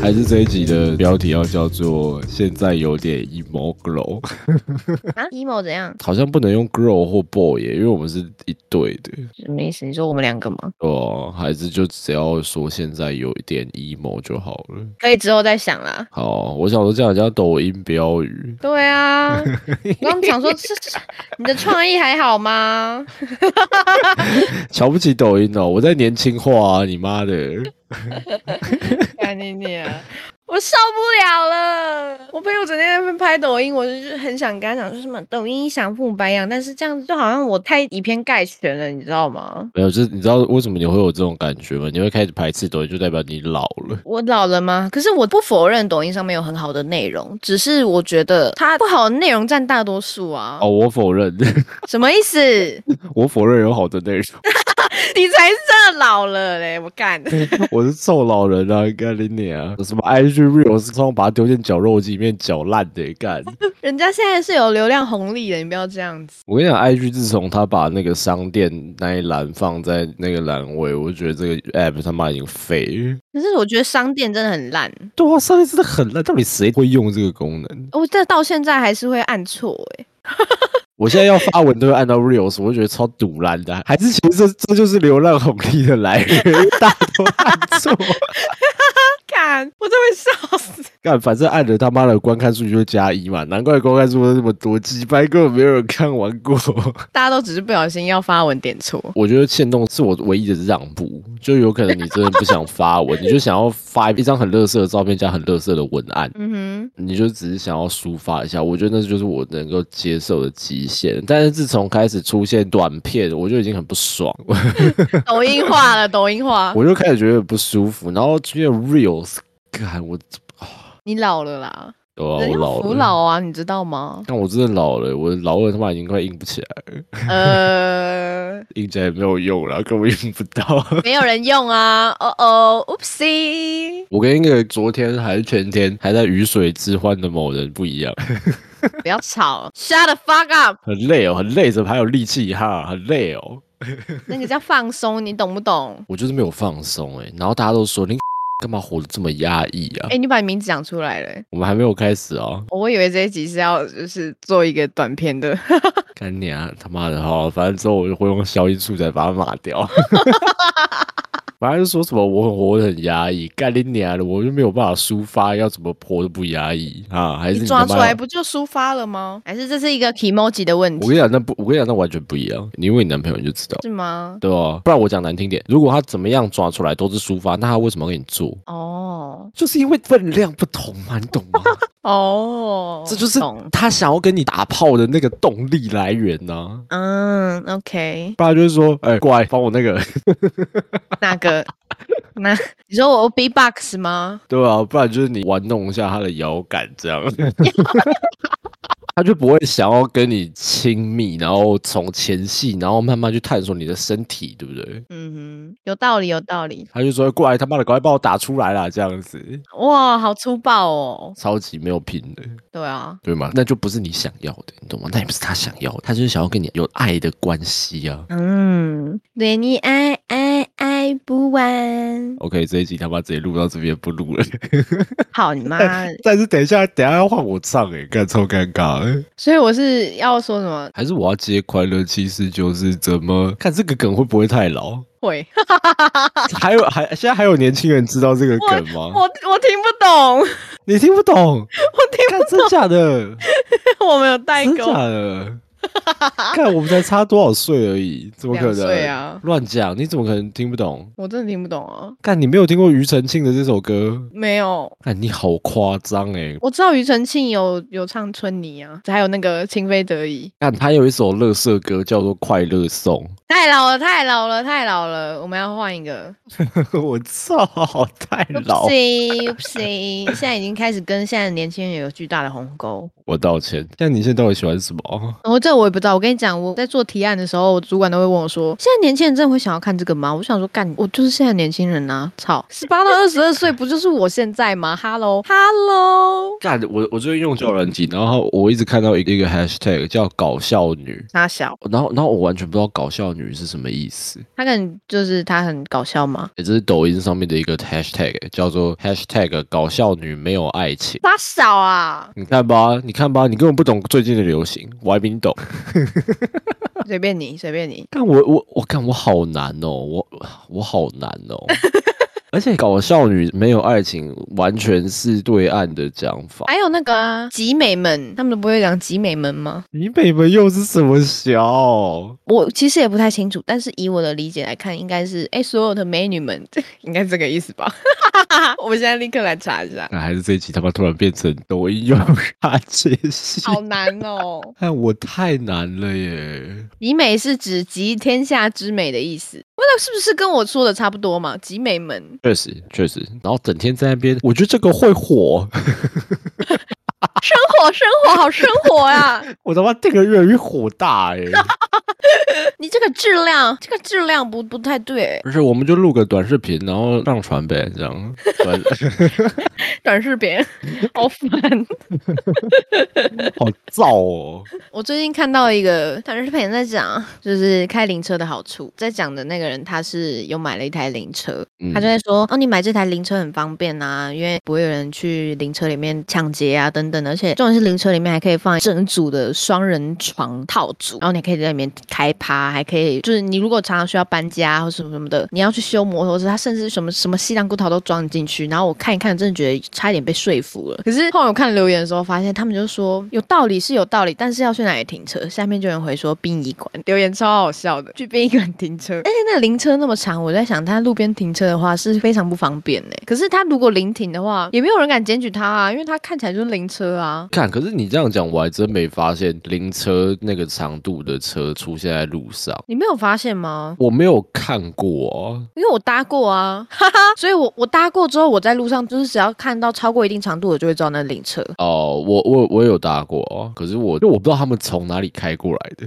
还是这一集的标题要叫做“现在有点 emo glow”，啊，emo 怎样？ 好像不能用 girl 或 boy，耶因为我们是一对的什么意思？你说我们两个吗？哦。还是就只要说现在有一点 emo 就好了。可以之后再想啦。好，我想说这样人家抖音标语， 对啊，我刚想说，这这你的创意还好吗？瞧不起抖音哦，我在年轻化啊，你妈的！ 看你你啊， 我受不了了。我朋友整天在那边拍抖音，我就是很想跟他讲说什么抖音想父母白养，但是这样子就好像我太以偏概全了，你知道吗？没有，就是你知道为什么你会有这种感觉吗？你会开始排斥抖音，就代表你老了。我老了吗？可是我不否认抖音上面有很好的内容，只是我觉得它不好的内容占大多数啊。哦，我否认， 什么意思？ 你我否认有好的内容。才是真的老了嘞！我干。 我是臭老人啊，干你娘！有什么 IG reels，上把它丢进绞肉机里面绞烂的、干！人家现在是有流量红利的，你不要这样子。我跟你讲，IG 自从他把那个商店那一栏放在那个栏位，我觉得这个 app 他妈已经废了。可是我觉得商店真的很烂，对啊，商店真的很烂，到底谁会用这个功能？我这到现在还是会按错哎、 我现在要发文都会按到 reels，我就觉得超堵烂的。还是其实这这就是流浪红利的来源，大家都按错。看我都会笑死。干，反正按了他妈的观看数据就加一嘛，难怪观看数都那么多，几百个没有人看完过。 大家都只是不小心要发文点错，我觉得欠动是我唯一的让步，就有可能你真的不想发文，你就想要发一张很乐色的照片加很乐色的文案，嗯你就只是想要抒发一下。我觉得那就是我能够接受的极限。但是自从开始出现短片，我就已经很不爽，我哼，抖音化了，抖音化， 我就开始觉得不舒服。然后出现 reels，干我，你老了啦，对啊，人我要老服了。？老啊，你知道吗但我真的老了，我老了他妈已经快硬不起来了，呃，硬起来也没有用了，根本用不到。 没有人用啊，哦哦，oopsie，我跟一个昨天还是前天还在雨水之欢的某人不一样，不要吵，shut the fuck up，很累哦，很累，怎么还有力气哈？很累哦，那个叫放松，你懂 不懂？我就是没有放松哎、然后大家都说你 干嘛活得这么压抑啊哎、？你把你名字讲出来了欸、我们还没有开始哦，我以为这一集是要就是做一个短片的，干你啊，他妈的哈！反正之后我就会用消音素再把它抹 掉。反正就说什么我很活得很压抑，干你娘的，我就没有办法抒发，要怎么活得不压抑啊？还是你你他抓妈出要来不就抒发了吗？还是这是一个 emoji 的问我跟题？你讲，那不，我跟你讲，那完全不一样。你问你男朋友你就知道。是吗？对啊，不然我讲难听点，如果他怎么样抓出来都是抒发，那他为什么要给你做？哦就是因为分量不同嘛，你懂吗？哦， 这就是懂他想要跟你打炮的那个动力来源呢、啊。嗯，OK，不然就是说，哎、过来帮我那 个，那 个那你说我 B box 吗？对吧、不然就是你玩弄一下他的摇杆，这样， 他就不会想要跟你亲密，然后从前戏，然后慢慢去探索你的身体，对不对？嗯哼，有道理，有道理。他就说哎过来，他妈的，赶快帮我打出来啦，这样子，哇，好粗暴哦！超级没有品的。对啊，对吗？那就不是你想要的，你懂吗？那也不是他想要的，他就是想要跟你有爱的关系啊。。嗯，对你爱爱爱不完 OK，这一集他妈直接录到这边不录了，好你妈！ 但是等一下，等一下要换我唱哎、欸，干超尴尬、欸。所以我是要说什么？还是我要接快乐七四就是怎么看这个梗会不会太老？会，哦还有还现在还有年轻人知道这个梗我吗？我听不懂， 我你听不懂？听看真假 的，我没有代真沟假。的。看我们才差多少岁而已，怎么可两岁能？啊乱讲，你怎么可能听不懂？我真的听不懂啊，看你没有听过庾澄庆的这首歌，没有，哎，你好夸张哎！我知道庾澄庆有有唱《春泥》啊，还有那个《情非得已看他有一首乐色歌叫做《快乐颂》，》，太老了，太老了，太老了，我们要换一个。 我操，太嗯老！ Oopsie Oopsie，现在已经开始跟现在的年轻人有巨大的鸿沟。我道歉。但你现在到底喜欢什么？我这个我也不知道。我跟你讲，我在做提案的时候，我主管都会问我说：“现在年轻人真的会想要看这个吗？”我想说，干，我就是现在年轻人呐、啊！操，十八到二十二岁不就是我现在吗？Hello，Hello，干，我我最近用交友软体，然后我一直看到一个一个 hashtag 叫搞笑女，他小，然后然后我完全不知道搞笑女是什么意思。他可能就是他很搞笑吗？也这是抖音上面的一个 hashtag，叫做 hashtag 搞笑女没有爱情。他小啊，你看吧，你看吧，你根本不懂最近的流行，我还比你懂。随便你，随便你。但我我我看我好难哦，我我好难哦。 而且搞笑女没有爱情，完全是对岸的讲法。还有那个啊，集美们，他们不会讲集美们吗？你北门又是什么小？我其实也不太清楚，但是以我的理解来看，应该是哎、所有的美女们， 应该这个意思吧？ 我们现在立刻来查一下，那还是这一集他妈突然变成抖音用卡解析？ 好难哦。看我太难了耶！ 集美是指集天下之美的意思，那是不是跟我说的差不多嘛？集美们，确实确实，然后整天在那边，我觉得这个会火，生活生活好生活啊！我他妈这个越来越火大 耶！ 你这个质量，这个质量不不太对。而且我们就录个短视频，然后上传呗，这样。短 短视频好烦。 好燥哦！我最近看到一个短视频在讲，就是开灵车的好处，在讲的那个人他是有买了一台灵车， 嗯他就在说，哦，你买这台灵车很方便啊，因为不会有人去灵车里面抢劫啊等等，而且重点是灵车里面还可以放整组的双人床套组，然后你可以在里面开趴，还可以就是你如果常常需要搬家或什么什么的，你要去修摩托车，它甚至什么什么西凉骨头都装进去，然后我看一看，真的觉得差一点被说服了。可是后来我看留言的时候，发现他们就说有道理是有道理，但是要去哪里停车？下面就有人回说殡仪馆，留言超好笑的，去殡仪馆停车。而且那个灵车那么长，我在想，它路边停车的话是非常不方便呢。可是它如果临停的话，也没有人敢检举它啊，因为它看起来就是灵车啊。看，可是你这样讲，我还真没发现灵车那个长度的车出现在路上，你没有发现吗？我没有看过、哦。因为我搭过啊， 哈哈，所以我我搭过之后，我在路上就是只要看到超过一定长度，我就会知道那是灵车。哦，我我我有搭过哦，可是我就我不知道他们从哪里开过来的，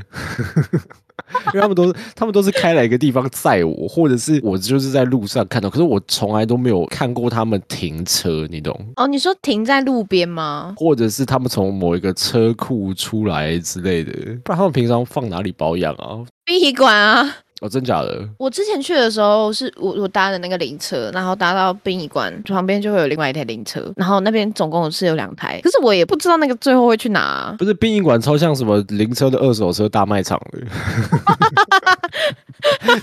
因为他们都是他们都是开来一个地方载我，或者是我就是在路上看到，可是我从来都没有看过他们停车，你懂？哦，你说停在路边吗？或者是他们从某一个车库出来之类的，不然他们平常放哪里保养啊？殡仪馆啊。哦，真假的？我之前去的时候是我我搭的那个灵车，然后搭到殡仪馆旁边就会有另外一台灵车，然后那边总共是有两台，可是我也不知道那个最后会去哪啊、不是殡仪馆超像什么灵车的二手车大卖场的，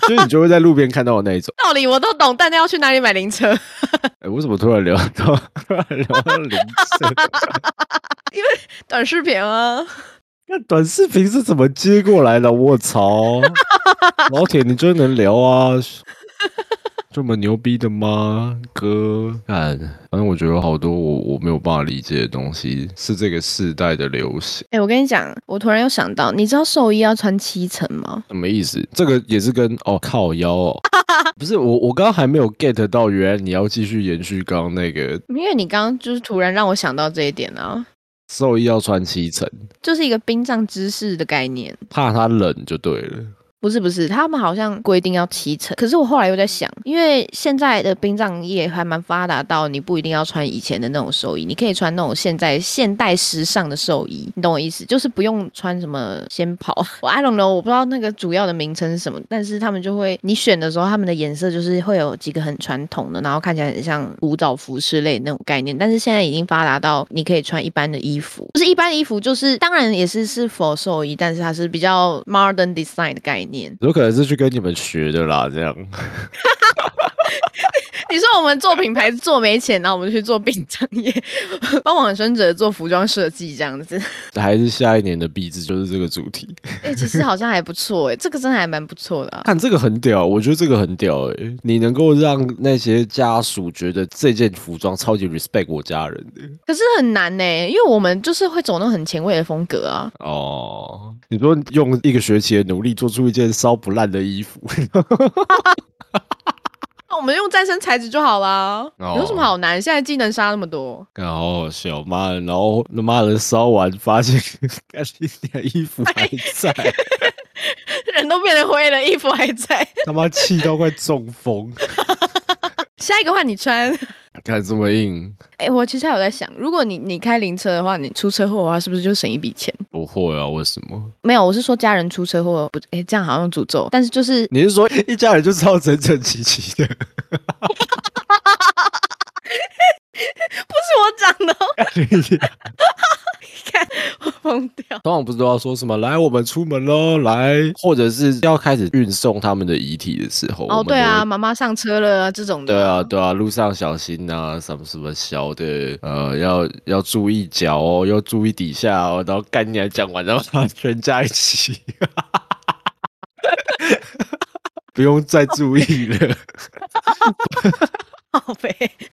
所以你就会在路边看到的那一种。道理我都懂，但是要去哪里买灵车？ 哎、为什么突然聊 到突然聊到灵车？短视频啊，那短视频是怎么接过来的？我操！ 老铁，你真能聊啊！ 这么牛逼的吗，哥？看，反正我觉得好多我我没有办法理解的东西，是这个世代的流行。哎、我跟你讲，我突然又想到，你知道寿衣要穿七层吗？什么意思？这个也是跟哦靠腰哦，不是我我刚刚还没有 get 到，原来你要继续延续刚刚那个因为你刚刚就是突然让我想到这一点啊，寿衣要穿七层，就是一个殡葬知识的概念。怕它冷就对了。不是不是，他们好像规定要七层，可是我后来又在想，因为现在的殡葬业还蛮发达到，你不一定要穿以前的那种寿衣，你可以穿那种现在现代时尚的寿衣，你懂我意思？就是不用穿什么仙袍。我 I don't know，我不知道那个主要的名称是什么，但是他们就会，你选的时候，他们的颜色就是会有几个很传统的，然后看起来很像古早服饰类那种概念，但是现在已经发达到你可以穿一般的衣服，就是一般的衣服，就是当然也是是否寿衣，但是它是比较 modern design 的概念。 有可能是去跟你们学的啦，这样。你说我们做品牌做没钱，然后我们去做殡葬业，帮往生者做服装设计这样子。还是下一年的壁纸就是这个主题。 哎、其实好像还不错哎、这个真的还蛮不错的、啊。看这个很屌，我觉得这个很屌诶、你能够让那些家属觉得这件服装超级 respect 我家人的可是很难呢、欸因为我们就是会走那种很前卫的风格啊。哦。你说用一个学期的努力做出一件烧不烂的衣服，那我们用再生材质就好啦。哦有什么好难？现在技能杀那么多， 干好好笑，妈的！然后他妈的烧完，发现 干你娘衣服还在，人都变成灰了，衣服还在。 他妈气到快中风，下一个换你穿。看这么硬， 哎、我其实还有在想，如果你你开灵车的话，你出车祸的话，是不是就省一笔钱？不会啊？为什么？没有，我是说家人出车祸不，哎、这样好像诅咒，但是就是你是说一家人就知道整整齐齐的？ 不是我长的，干你娘我 疯掉。通常不是都要说什么来，我们出门喽，来，或者是要开始运送他们的遗体的时候，我哦，们对都会啊，妈妈上车了这种的，对啊，对啊，路上小心啊，什么什么小的，呃，要要注意脚哦，要注意底下哦，然后干你还讲完，然后把全家一起， 不用再注意了。 好肥，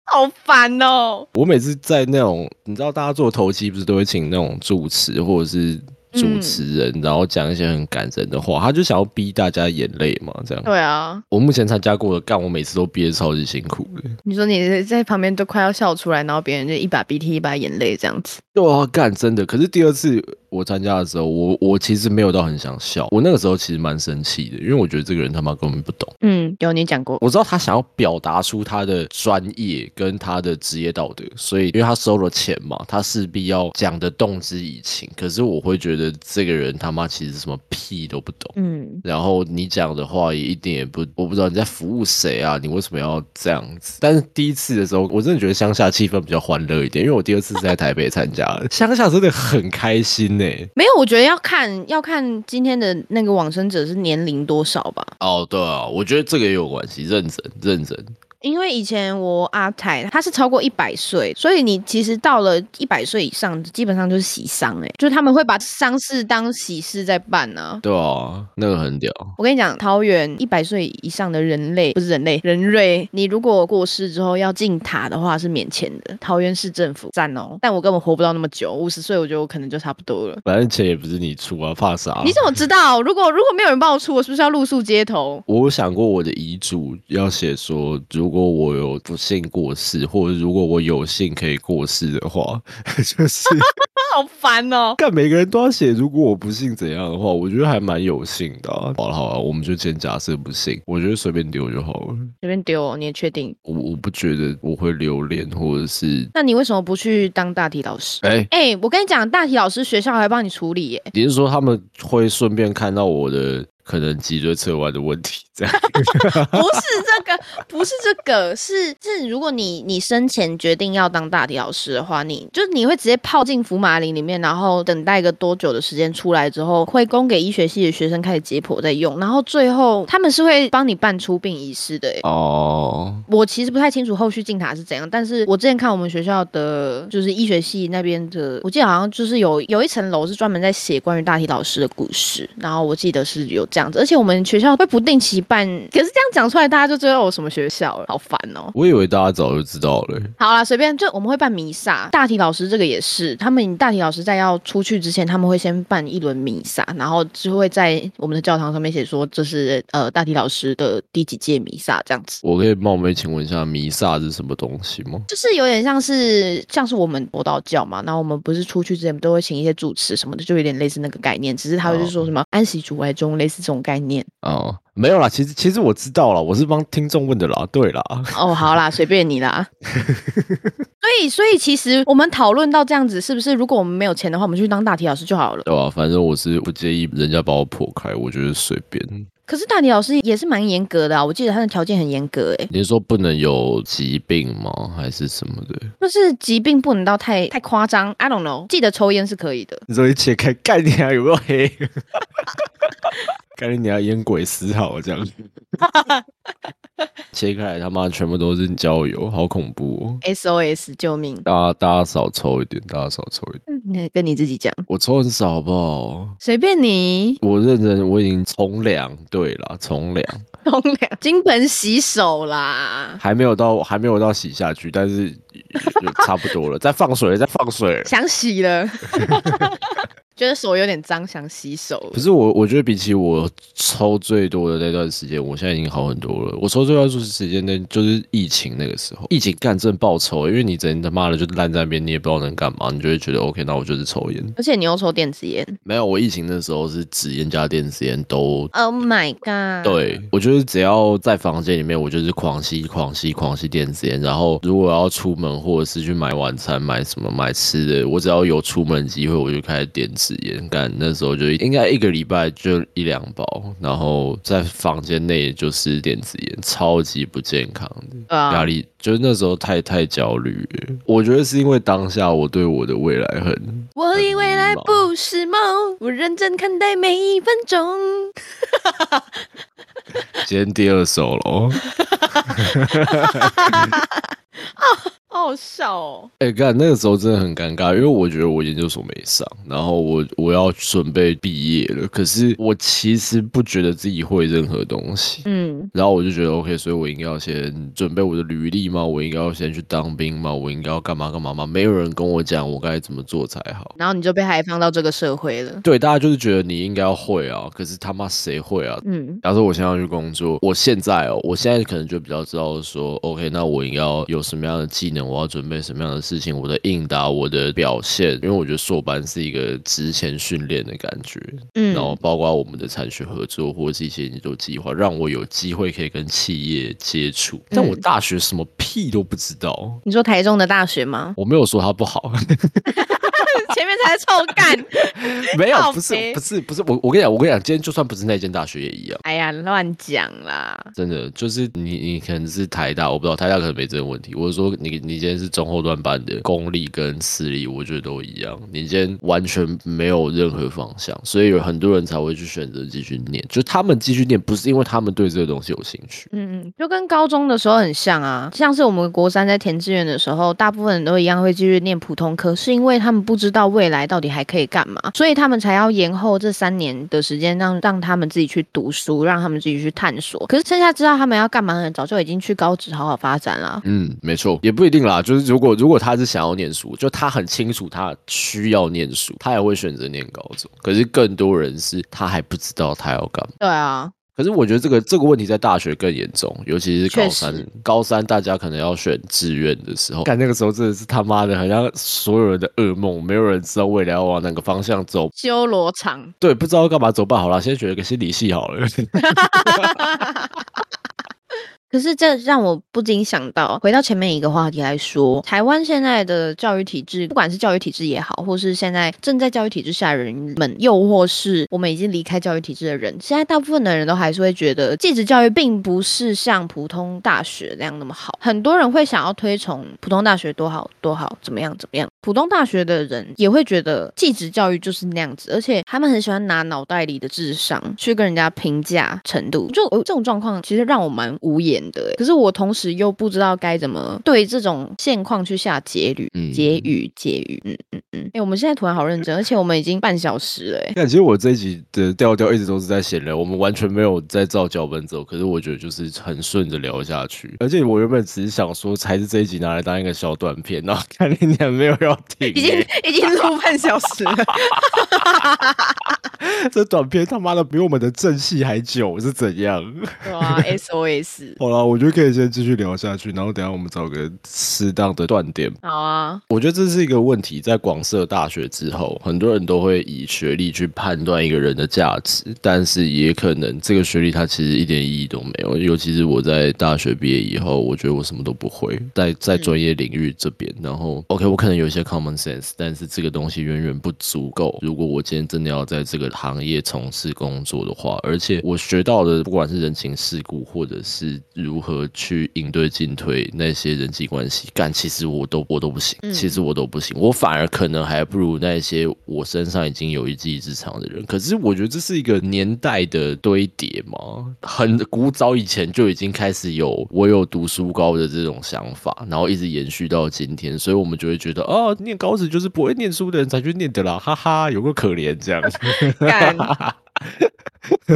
好烦哦。我每次在那种，你知道大家做头七不是都会请那种主持或者是嗯主持人，然后讲一些很感人的话，他就想要逼大家眼泪嘛，这样。对啊，我目前参加过的，干我每次都憋得超级辛苦的。你说你在旁边都快要笑出来，然后别人就一把鼻涕一把眼泪这样子。对啊，干真的。可是第二次我参加的时候，我我其实没有到很想笑，我那个时候其实蛮生气的，因为我觉得这个人他妈根本不懂。嗯，有你讲过，我知道他想要表达出他的专业跟他的职业道德，所以因为他收了钱嘛，他势必要讲得动之以情。可是我会觉得这个人他妈其实什么屁都不懂。嗯，然后你讲的话也一点也不，我不知道你在服务谁啊？你为什么要这样子？但是第一次的时候，我真的觉得乡下气氛比较欢乐一点，因为我第二次是在台北参加的， 乡下真的很开心呢、没有，我觉得要看要看今天的那个往生者是年龄多少吧。哦，对啊，我觉得这个也有关系，认真认真。因为以前我阿太她是超过一百岁，所以你其实到了一百岁以上，基本上就是喜丧哎、欸，就他们会把丧事当喜事在办呢、对啊，那个很屌。我跟你讲，桃园一百岁以上的人类不是人类，人类，你如果过世之后要进塔的话是免钱的，桃园市政府赞哦。但我根本活不到那么久，五十岁我觉得我可能就差不多了。反正钱也不是你出啊，怕啥？你怎么知道？如果如果没有人帮我出，我是不是要露宿街头？我有想过我的遗嘱要写说，如果我有不幸过世，或者如果我有幸可以过世的话， 就是。好烦哦！干每个人都要写，如果我不信怎样的话，我觉得还蛮有幸的啊、好了好了，我们就先假设不信，我觉得随便丢就好了。随便丢、哦，你也确定？我我不觉得我会留恋，或者是那你为什么不去当大体老师？哎、哎、我跟你讲，大体老师学校还帮你处理耶，你是说他们会顺便看到我的可能脊椎侧弯的问题？这样不是这个，不是这个，是是，如果你你生前决定要当大体老师的话，你就是你会直接泡进福马林里面，然后等待个多久的时间出来之后，会供给医学系的学生开始解剖再用，然后最后他们是会帮你办出殡仪师的耶。哦，我其实不太清楚后续进塔是怎样，但是我之前看我们学校的就是医学系那边的，我记得好像就是有有一层楼是专门在写关于大体老师的故事，然后我记得是有这样子，而且我们学校会不定期办，可是这样讲出来，大家就知道我什么学校了，好烦 哦。我以为大家早就知道了、欸好啦，随便就我们会办弥撒，大体老师这个也是，他们大体老师在要出去之前，他们会先办一轮弥撒，然后就会在我们的教堂上面写说这是呃大体老师的第几届弥撒这样子。我可以冒昧请问一下，弥撒是什么东西吗？就是有点像是像是我们佛道教嘛，然后我们不是出去之前都会请一些主持什么的，就有点类似那个概念，只是他会是说什么、安息主怀中，类似这种概念。哦，没有啦，其实其实我知道了，我是帮听众问的啦。对 啦，哦，好啦，随便你 啦。所以，所以其实我们讨论到这样子，是不是如果我们没有钱的话，我们去当大体老师就好了？对吧、反正我是不介意人家把我破开，我觉得随便。可是大体老师也是蛮严格的啊，我记得他的条件很严格欸诶、你是说不能有疾病吗？还是什么的？就是疾病不能到太太夸张，I don't know。记得抽烟是可以的，你说你切开概念有没有黑？概念你要烟鬼丝好这样， 切开来他妈全部都是焦油，好恐怖、哦！ SOS 救命！大家大家少抽一点，大家少抽一点。那跟你自己讲，我抽很少好不好？随便你。我认真，我已经从良，对啦，从良，冲凉，金盆洗手啦。还没有到还没有到洗下去，但 是差不多了，在放水了，在放水了。想洗了，觉得手有点脏，想洗手了可是我我觉得比起我抽最多的那段时间，我现在已经好很多了。我抽最多的时间呢，就是疫情那个时候，疫情干真的爆抽，因为你真他妈的就烂在那边，你也不知道能干嘛，你就会觉得 OK，那我就是抽烟。而且你又抽电子烟没有，我疫情那时候是纸烟加电子烟都。 ，Oh my god！，对，我就是只要在房间里面，我就是狂吸、狂吸、狂吸电子烟。然后如果要出门或者是去买晚餐、买什么、买吃的，我只要有出门机会，我就开始点纸烟。干那时候就应该一个礼拜就一两包，然后在房间内就是电子烟，超级不健康的。对啊压力，就是那时候太太焦虑了。我觉得是因为当下我对我的未来很我的未来不是梦，我认真看待每一分钟。今天第二首了。好好笑哦！哎、干那个时候真的很尴尬，因为我觉得我研究所没上，然后我我要准备毕业了，可是我其实不觉得自己会任何东西，嗯，然后我就觉得 OK，所以我应该要先准备我的履历吗？我应该要先去当兵吗？我应该要干嘛干嘛吗？没有人跟我讲我该怎么做才好。然后你就被海放到这个社会了。对，大家就是觉得你应该要会啊，可是他妈谁会啊？嗯，假如说我现在要去工作，我现在哦，我现在可能就比较知道说，OK，那我应该要有什么样的技能，我要准备什么样的事情，我的应答，我的表现，因为我觉得硕班是一个之前训练的感觉，嗯然后包括我们的产学合作或者是一些研究计划，让我有机会可以跟企业接触。但我大学什么屁都不知道，？你说台中的大学吗我没有说它不好， 前面才臭干。没有靠，不是北不是不是，我我跟你讲，我跟你讲，今天就算不是那间大学也一样。 哎呀，乱讲啦！真的就是你，你可能是台大，我不知道台大可能没这个问题。我是说你，你今天是中后段班的，公立跟私立，我觉得都一样。你今天完全没有任何方向，所以有很多人才会去选择继续念。就他们继续念，不是因为他们对这个东西有兴趣。嗯嗯，就跟高中的时候很像啊，像是我们国三在填志愿的时候，大部分人都一样会继续念普通科，是因为他们不知道未来到底还可以干嘛，所以他们才要延后这三年的时间让，让他们自己去读书，让他们自己去探索。可是剩下知道他们要干嘛的人，早就已经去高职好好发展了。嗯，没错，也不一定啦。就是如果如果他是想要念书，就他很清楚他需要念书，他也会选择念高中。可是更多人是他还不知道他要干嘛。对啊，可是我觉得这个这个问题在大学更严重，尤其是高三确实。高三大家可能要选志愿的时候，干那个时候真的是他妈的，好像所有人的噩梦，没有人知道未来要往哪个方向走。修罗场。对，不知道干嘛走吧，好啦，先学个心理系好了。 可是这让我不禁想到，回到前面一个话题来说，台湾现在的教育体制，不管是教育体制也好，或是现在正在教育体制下的人们，又或是我们已经离开教育体制的人，现在大部分的人都还是会觉得，技职教育并不是像普通大学那样那么好。很多人会想要推崇普通大学多好多好，怎么样怎么样。普通大学的人也会觉得技职教育就是那样子，而且他们很喜欢拿脑袋里的智商去跟人家评价程度。就哦我这种状况，其实让我蛮无言的欸。可是我同时又不知道该怎么对这种现况去下结语嗯，结语，结语。嗯嗯嗯。哎、我们现在突然好认真，而且我们已经半小时了欸。 但其实我这一集的调调一直都是在闲聊，我们完全没有在照脚本走，可是我觉得就是很顺着聊下去。而且我原本只是想说，才是这一集拿来当一个小短片，然后看你俩没有要欸听、已经已经录半小时了，这短片他妈的比我们的正戏还久，是怎样？ 对啊，SOS，好了，我觉得可以先继续聊下去，然后等一下我们找个适当的断点。 好啊，我觉得这是一个问题，在广设大学之后，很多人都会以学历去判断一个人的价值，但是也可能这个学历它其实一点意义都没有。尤其是我在大学毕业以后，我觉得我什么都不会，在在专业领域这边，然后 OK，我可能有一些 common sense，但是这个东西远远不足够。如果我今天真的要在这个行业从事工作的话，而且我学到的不管是人情世故，或者是如何去应对进退那些人际关系，干其实我都我都不行，嗯其实我都不行，我反而可能还不如那些我身上已经有一技之长的人。可是我觉得这是一个年代的堆叠嘛，很古早以前就已经开始有我有读书高的这种想法，然后一直延续到今天，所以我们就会觉得哦，念高职就是不会念书的人才去念的啦，哈哈，有个可怜这样。干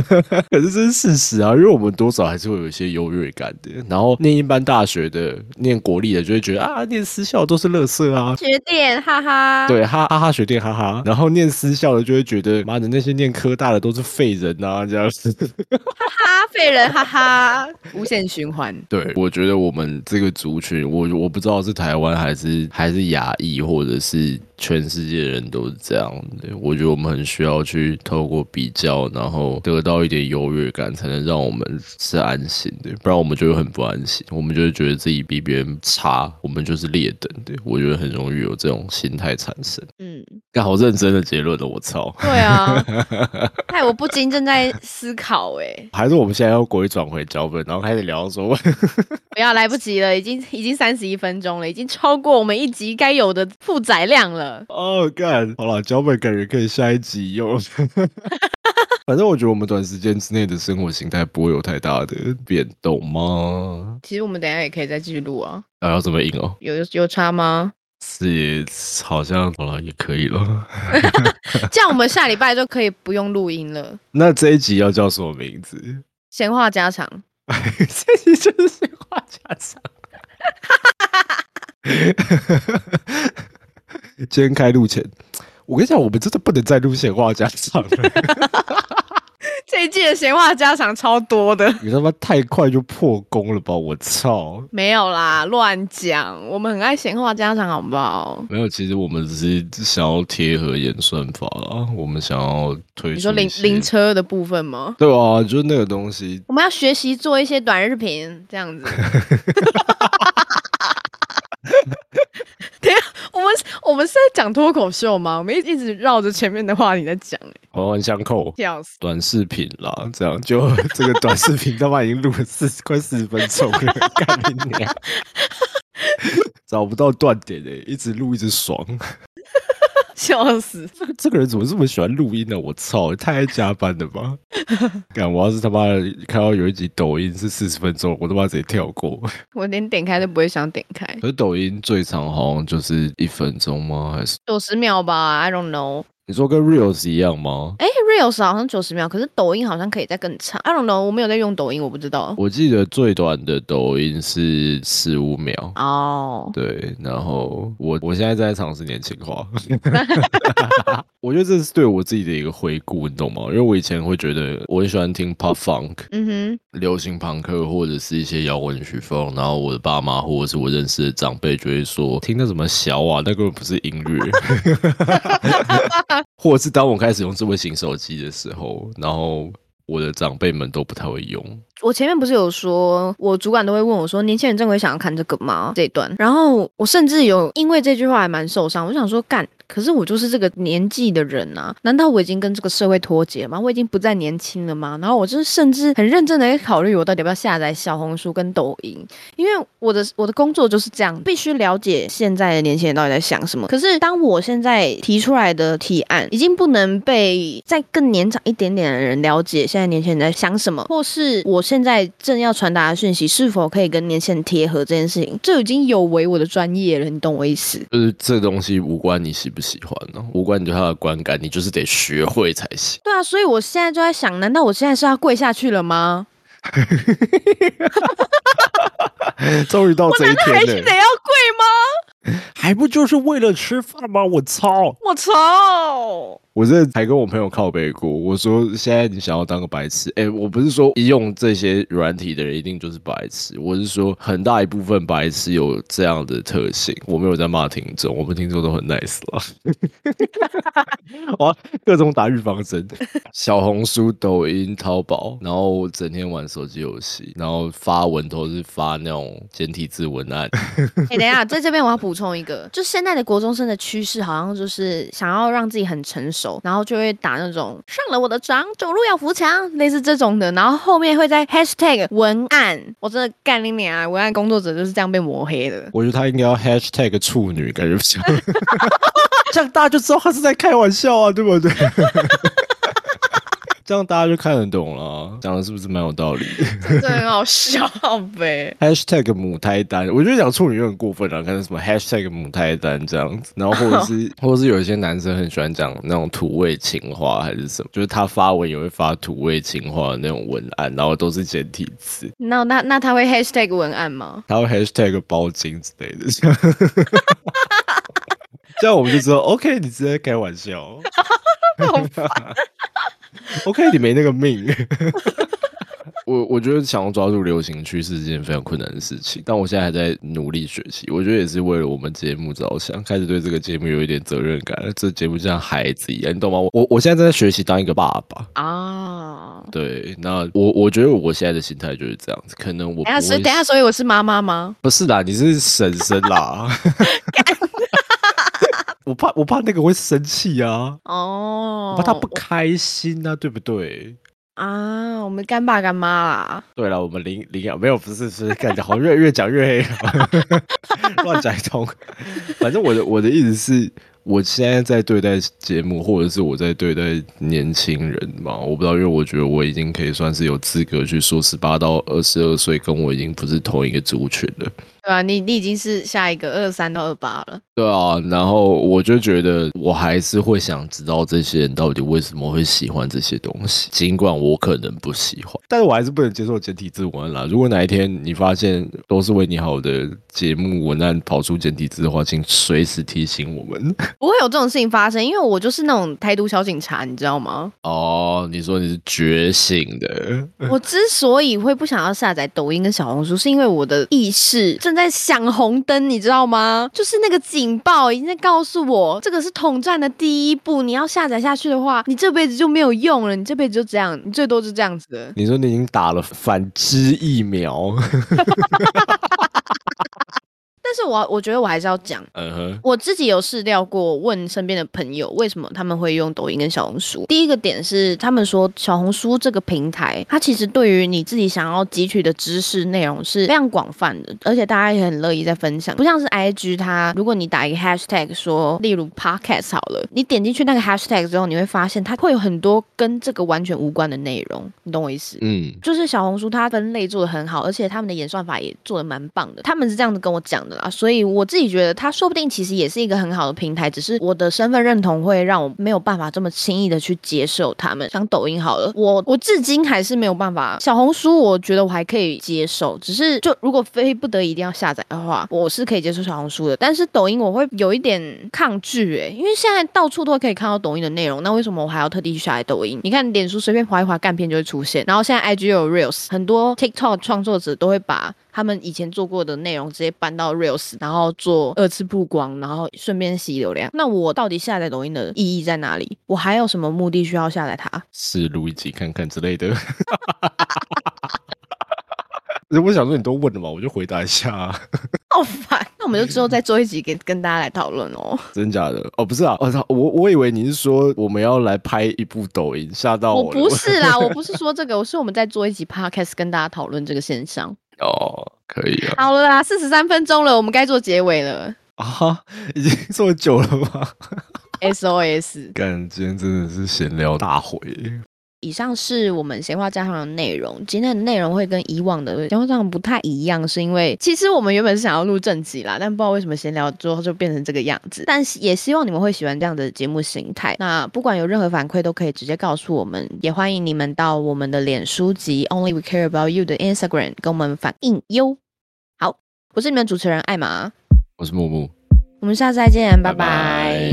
可是这是事实啊，因为我们多少还是会有一些优越感的。然后念一般大学的，念国立的就会觉得啊，念私校都是垃圾啊。学点，哈哈。对，哈哈哈学店，哈哈。然后念私校的就会觉得，妈的，那些念科大的都是废人啊，这样子。哈废人，哈哈， 无限循环。对，我觉得我们这个族群，我我不知道是台湾还是还是亚裔，或者是全世界人都是这样的。我觉得我们很需要去透过比较，然后得到一点优越感，才能让我们是安心的，不然我们就会很不安心，我们就会觉得自己比别人差，我们就是劣等的。我觉得很容易有这种心态产生。嗯，干好认真的结论了，哦我操！对 啊，害我不禁正在思考、哎，还是我们现在要鬼转回脚本，然后开始聊说不要来不及了，已经已经三十一分钟了，已经超过我们一集该有的负载量了。哦，干，好了，脚本感觉可以下一集用。 反正我觉得我们短时间之内的生活形态不会有太大的变动吗？其实我们等一下也可以再继续录啊，啊，要怎么赢哦？有有有差吗？是，好像好了，也可以了。这样我们下礼拜就可以不用录音了，那这一集要叫什么名字？ 闲话家常。这一集就是闲话家常。今天开录前，我跟你讲，我们真的不能再录闲话家常了。这一季的闲话家常超多的。你他妈太快就破功了吧！我操！没有啦，乱讲，我们很爱闲话家常，好不好？没有，其实我们只是想要贴合演算法啦，我们想要推出你说灵一些灵车的部分吗？对啊，就是那个东西，我们要学习做一些短视频，这样子。等一下，我们我们是在讲脱口秀吗？我们一一直绕着前面的话题在讲、欸，环环相扣，笑死！短视频啦，这样就这个短视频他妈已经录了 四快四十分钟了， 干你娘！找不到断点诶、一直录一直爽。 笑死！这个人怎么这么喜欢录音呢、我操，太爱加班了吧！ 干，我要是他妈的看到有一集抖音是四十分钟，我他妈直接跳过。我连点开都不会想点开， 可是抖音最长好像就是一分钟吗？还是九十秒吧，I don't know。你说跟 Reels 一样吗？哎、r e a l s 好像九十秒，可是抖音好像可以再更长，I don't know。我没有在用抖音，我不知道。我记得最短的抖音是十五秒。哦，对，然后我我现在在尝试年轻化， 我觉得这是对我自己的一个回顾，你懂吗？因为我以前会觉得我很喜欢听 pop funk，嗯流行朋克或者是一些摇滚曲风，然后我的爸妈或者是我认识的长辈就会说，听那什么小啊，那根本不是音乐。 或者是当我开始用智慧型手机的时候，然后我的长辈们都不太会用。哼，我前面不是有说，我主管都会问我说，年轻人真的会想要看这个吗？这一段，然后我甚至有因为这句话还蛮受伤，我想说干。可是我就是这个年纪的人啊，难道我已经跟这个社会脱节吗？我已经不再年轻了吗？然后我就是甚至很认真的在考虑，我到底要不要下载小红书跟抖音，因为我的我的工作就是这样，必须了解现在的年轻人到底在想什么。可是当我现在提出来的提案，已经不能被再更年长一点点的人了解现在年轻人在想什么，或是我现在正要传达的讯息是否可以跟年轻人贴合这件事情，这已经有违我的专业了，你懂我意思？就是这东西无关你喜不喜欢呢、无关你对它的观感，你就是得学会才行。对啊，所以我现在就在想，难道我现在是要跪下去了吗？终于到这一还是天得了，要跪吗？还不就是为了吃饭吗？我操！我操！我这才跟我朋友靠背过，我说现在你想要当个白痴，哎、我不是说一用这些软体的人一定就是白痴，我是说很大一部分白痴有这样的特性。我没有在骂听众，我们听众都很 nice 啦。 哇，各种打预防针，小红书、抖音、淘宝，然后我整天玩手机游戏，然后发文都是发那种简体字文案，哎、等一下，在这边我要补充一个，就现在的国中生的趋势，好像就是想要让自己很成熟，然后就会打那种上了我的床，走路要扶墙，类似这种的，然后后面会在 hashtag 文案，我真的干你娘啊！文案工作者就是这样被抹 黑的。我觉得他应该要 hashtag 处女，感觉比 较， 这样大家就知道他是在开玩笑啊，对不对？这样大家就看得懂了，讲的是不是蛮有道理的真的很好笑，好呗。 ？#hashtag 母胎单，我觉得讲处女有点过分了，看什么 #hashtag 母胎单这样子，然后或者 是或者是有一些男生很喜欢讲那种土味情话还是什么，就是他发文也会发土味情话的那种文案，然后都是简体字，那那那他会 hashtag 文案吗？他会 #hashtag 包金之类的，这样这样我们就知道 OK，你直接开玩笑。 好烦 OK，你没那个命。我我觉得想要抓住流行趋势是件非常困难的事情，但我现在还在努力学习。我觉得也是为了我们节目着想，开始对这个节目有一点责任感。这节目就像孩子一样，你懂吗？我我我现在正在学习当一个爸爸。啊，对，那我我觉得我现在的心态就是这样子，可能我不等哎下，所以会等下，所以我是妈妈吗？不是啦，你是婶婶啦。 我怕我怕那个会生气啊，哦我，怕他不开心啊，对不对？啊，我们干爸干妈啦，对了，我们领领养没有，不是不是，感觉好像越越讲越黑了， 乱讲一通。反正我的我的意思是，我现在在对待节目，或者是我在对待年轻人嘛，我不知道，因为我觉得我已经可以算是有资格去说，十八到二十二岁跟我已经不是同一个族群了。对啊，你你已经是下一个二三到二八了，对啊，然后我就觉得我还是会想知道这些人到底为什么会喜欢这些东西，尽管我可能不喜欢，但是我还是不能接受简体字文案啦。如果哪一天你发现都是为你好的节目文案跑出简体字的话，请随时提醒我们。不会有这种事情发生，因为我就是那种台独小警察，你知道吗？哦，你说你是觉醒的，我之所以会不想要下载抖音跟小红书，是因为我的意识正在响红灯，你知道吗？就是那个警报已经在告诉我，这个是统战的第一步。你要下载下去的话，你这辈子就没有用了，你这辈子就这样，你最多就这样子了。你说你已经打了反之疫苗，但是我我觉得我还是要讲。嗯哼，我自己有试料过，问身边的朋友为什么他们会用抖音跟小红书。第一个点是，他们说小红书这个平台，它其实对于你自己想要汲取的知识内容是非常广泛的，而且大家也很乐意在分享。不像是 IG，它如果你打一个 hashtag 说，例如 podcast 好了，你点进去那个 hashtag 之后，你会发现它会有很多跟这个完全无关的内容，你懂我意思？嗯，就是小红书它分类做的很好，而且他们的演算法也做的蛮棒的。他们是这样子跟我讲的啦，所以我自己觉得它说不定其实也是一个很好的平台，只是我的身份认同会让我没有办法这么轻易的去接受他们。像抖音好了，我我至今还是没有办法。小红书我觉得我还可以接受，只是就如果非不得已一定要下载的话，我是可以接受小红书的。但是抖音我会有一点抗拒诶、因为现在到处都可以看到抖音的内容，那为什么我还要特地去下载抖音？你看脸书随便划一划，干片就会出现。然后现在 IG 又有 Reels，很多 TikTok 创作者都会把他们以前做过的内容直接搬到 Reels，然后做二次曝光，然后顺便吸流量。那我到底下载抖音的意义在哪里？我还有什么目的需要下载它？试录一集看看之类的。 我想说你都问了嘛，我就回答一下啊、 好烦。那我们就之后再做一集给跟大家来讨论 哦。真假的？哦，不是啊，我、操，我我以为你是说我们要来拍一部抖音，吓到我我了。不是啦，我不是说这个，我是我们在做一集 podcast 跟大家讨论这个现象。哦，可以啊，好了啦，四十三分钟了，我们该做结尾了。啊哈，已经这么久了吗？ SOS，感今天真的是闲聊大会。以上是我们闲话家常的内容。今天的内容会跟以往的闲话家常不太一样，是因为其实我们原本是想要录正集啦，但不知道为什么闲聊之后就变成这个样子。但是也希望你们会喜欢这样的节目形态。那不管有任何反馈，都可以直接告诉我们，也欢迎你们到我们的脸书及 Only We Care About You 的 Instagram 跟我们反映哟。好，我是你们主持人艾玛，我是木木，我们下次再见，拜拜